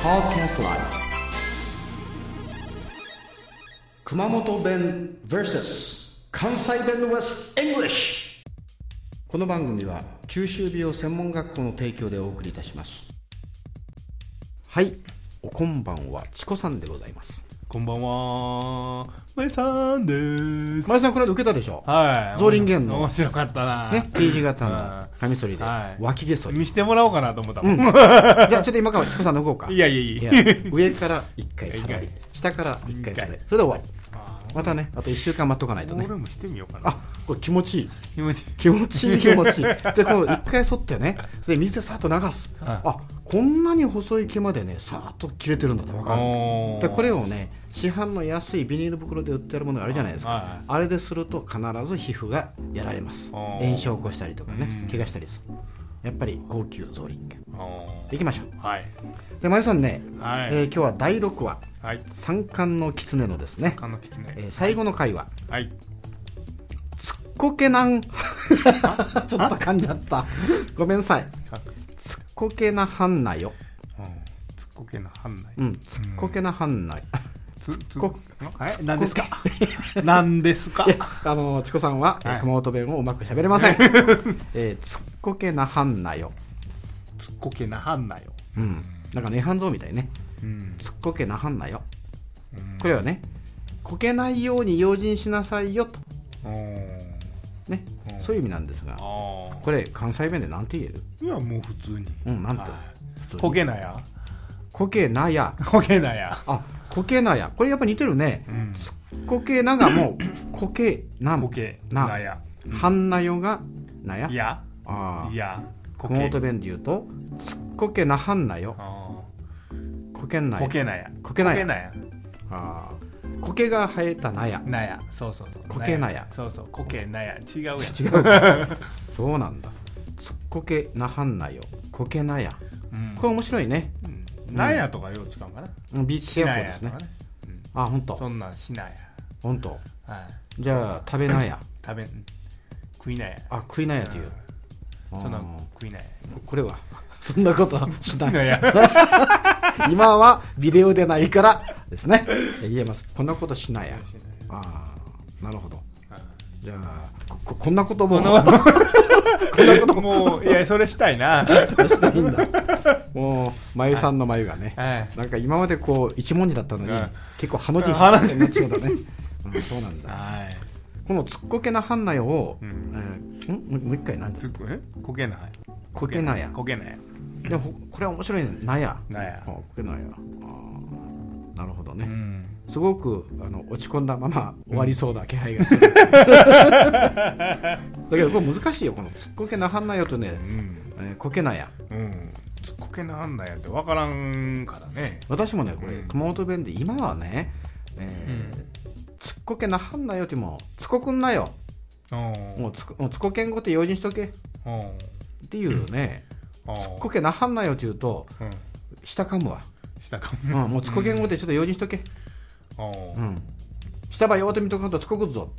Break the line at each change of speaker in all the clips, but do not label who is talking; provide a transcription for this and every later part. Podcast Live 熊本弁 vs 関西弁 vs English この番組は九州美容専門学校の提供でお送りいたしますはいおこんばんはチコさんでございます
こんばんは、まゆさんです。
前田さんこれで受けたでしょ
はい。
ゾーリンゲンの
面白かったな。
ね T 字型のカミソリで
はい
脇毛剃り
見してもらおうかなと思ったもん。
じゃあちょっと今からチコさんの方か
いやいやい
い
や
や。上から1回さらり
一
下から1回さらりそれ
一回
で終わ
あ
りまたねあと1週間待っとかないと
俺
ね
もしてみようかな。
あこれ気持ちいい
気持ちいい。
気持 ちいい気持ちいいでこの1回剃ってねそれ水でさっと流す、
はい
あこんなに細い毛までねさっと切れてるんだって分かる
おー
でこれをね市販の安いビニール袋で売ってあるものがあるじゃないですか、
はい
あれですると必ず皮膚がやられます
おー
炎症を起こしたりとか
う
ね
ん
怪我したりするやっぱり高級ゾーリンが
おー
いきましょう
はい。
でまゆさんね、
はい
えー今日は第6話
はい。
「三冠の狐」のですね、
かのきつね
え。ー最後の回は
はい。
「つっこけ なん」ちょっと噛んじゃったごめんなさい
あ
つっこけなはんなよ。
うんつっこけな判内
う。ん、つっこけなはん ない。
つつ
こ
え 何ですか何ですか
いやあの、チコさんは、えー
はい
熊本弁をうまく喋れま せん。えーつっこけなはんなよ。
つっこけな判内よ。
うん。なんかね、半蔵みたいね。
うん。
つっこけなはんなよ。
うん
これはね、こけないように用心しなさいよと。
おー
ね
う。ん
そういう意味なんですが、
あ
これ、関西弁でなんて言える
ー。いや、もう普通に。
うん、なんて
は。
普通
い
に
こけなや。
こけなや。
こけなや。
あ、こけなや。これやっぱ似てるね。
うん。
つっこけながもう、こけなん。
こけ
な
なや。
はんなよが、なや。
いや。
ああ
い。や。こ
熊
け。
本弁で言うと、つっこけなはんなよ、
あ
こけん
ー
な
こ
よ。
けなや。
こけなや
こけなや。
あーこけが生えたなや。
なや。そうそうそう。
こけなや
そうそう。こけなや。違うやん。
違う。 そうなんだ。つっこけなはんなよ、こけなや。
うん
これ面白いね。
うんなやとかよう違うかな。
うんビーチ
し
ケア
な
法
や
です
とか
ね。
ね。うん
あ、本当。
そんなんしなや。
本当。
はい。
じゃあ、食べなや。
食べん。食いなや。
あ、食いなやという。
うんそんなん
あ
食い なや。
ーこれは。そんなことはし
食い
な。
ないや。
今はビデオでないからですね。言えます。こんなことしなや。
しな
ああ、なるほど。
や
じゃあこここんなことも
こんなこ
こんなこと
もういやそれしたいなは
としたいんだもう眉さんの眉がね、
い
なんか今までこう一文字だったのに、
はい
結構ハの字
うんハの字
になっちゃうだね、うん、そうなんだ
はい
この「つっこけなはんなよ」を、
う
うんえーんもうもう一回なんつ
つっこえこけなや
こけなや
こけなや
でほこれは面白いねなや
なや
あこけなやあーなるほど
う
ね、
ん
すごくあの落ち込んだまま終わりそうな気配がす る、だけどこれ難しいよこの「つっこけなはんなよ」とね
うん
「えーこけなや」
うん、つっこけなんだやって分からんからね。
私もねこれ、
うん
熊本弁で今はね、えーつっこけなはんなよってもつこくんなよ
うん。
もうつこもうつこけんごって用心しとけっ
うん。
ていうね、つっこ
け。
けなはんなよって言うと
うん。
下噛むわ、
したか
うん、もうつこけんごってちょっと用心しとけ、
も。
うん下ばよーって見とかんとつこくっぞ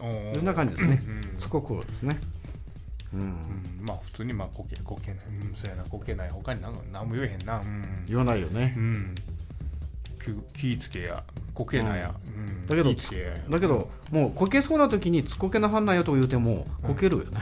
うん。
そんな感じですね、
うん
つこくるですねうん、
うん。まあ普通にまあこけこけない。うん、そうやなこけない。他に何か何も言えへんな。うん。
言わないよね
う、ん。気気つけやこけなや。うん。
だけど
気つけや。
だけどもうこけそうな時につこけなはんなよと言うてもこけるよね、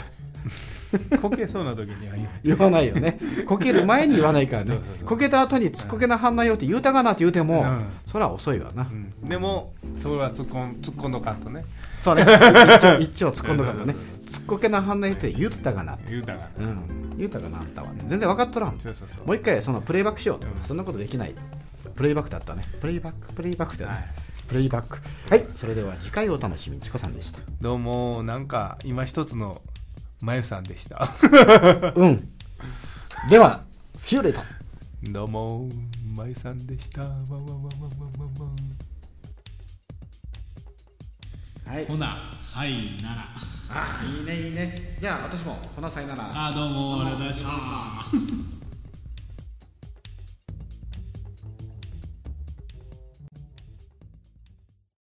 こけそうな時には言う。
言わないよね。 こける前に言わないからね
そうそう。そう
こけた後につっこけな反応よって言うたかなって言うても、
うん
それは遅いわな
う。ん。でもそれは突っ込ん突っ込んどかんとね。
そうね。一 丁一丁突っ込んどかったね
そうそ。
つっこけな反応よって言うたかな。
言うたか
う
ら。
ん。言うたかなあんたは。全然分かっとらん。
そうそうそう。
もう一回そのプレイバックしようと
うん
そんなことできない。プレイバックだったね。プレイバック、プレイバックじゃな
はいい。
プレイバック。はい。それでは次回お楽しみに。チコさんでした。
どうもなんか今一つのまゆさんでした。
うん。では、See you later!
どうも、まゆさんでした。わわわわわわわ
はい。
ほな、さいなら。
ああ、いいね、いいね。じゃあ、私も、ほなさいなら。
あ、どうも、ありがとうございました。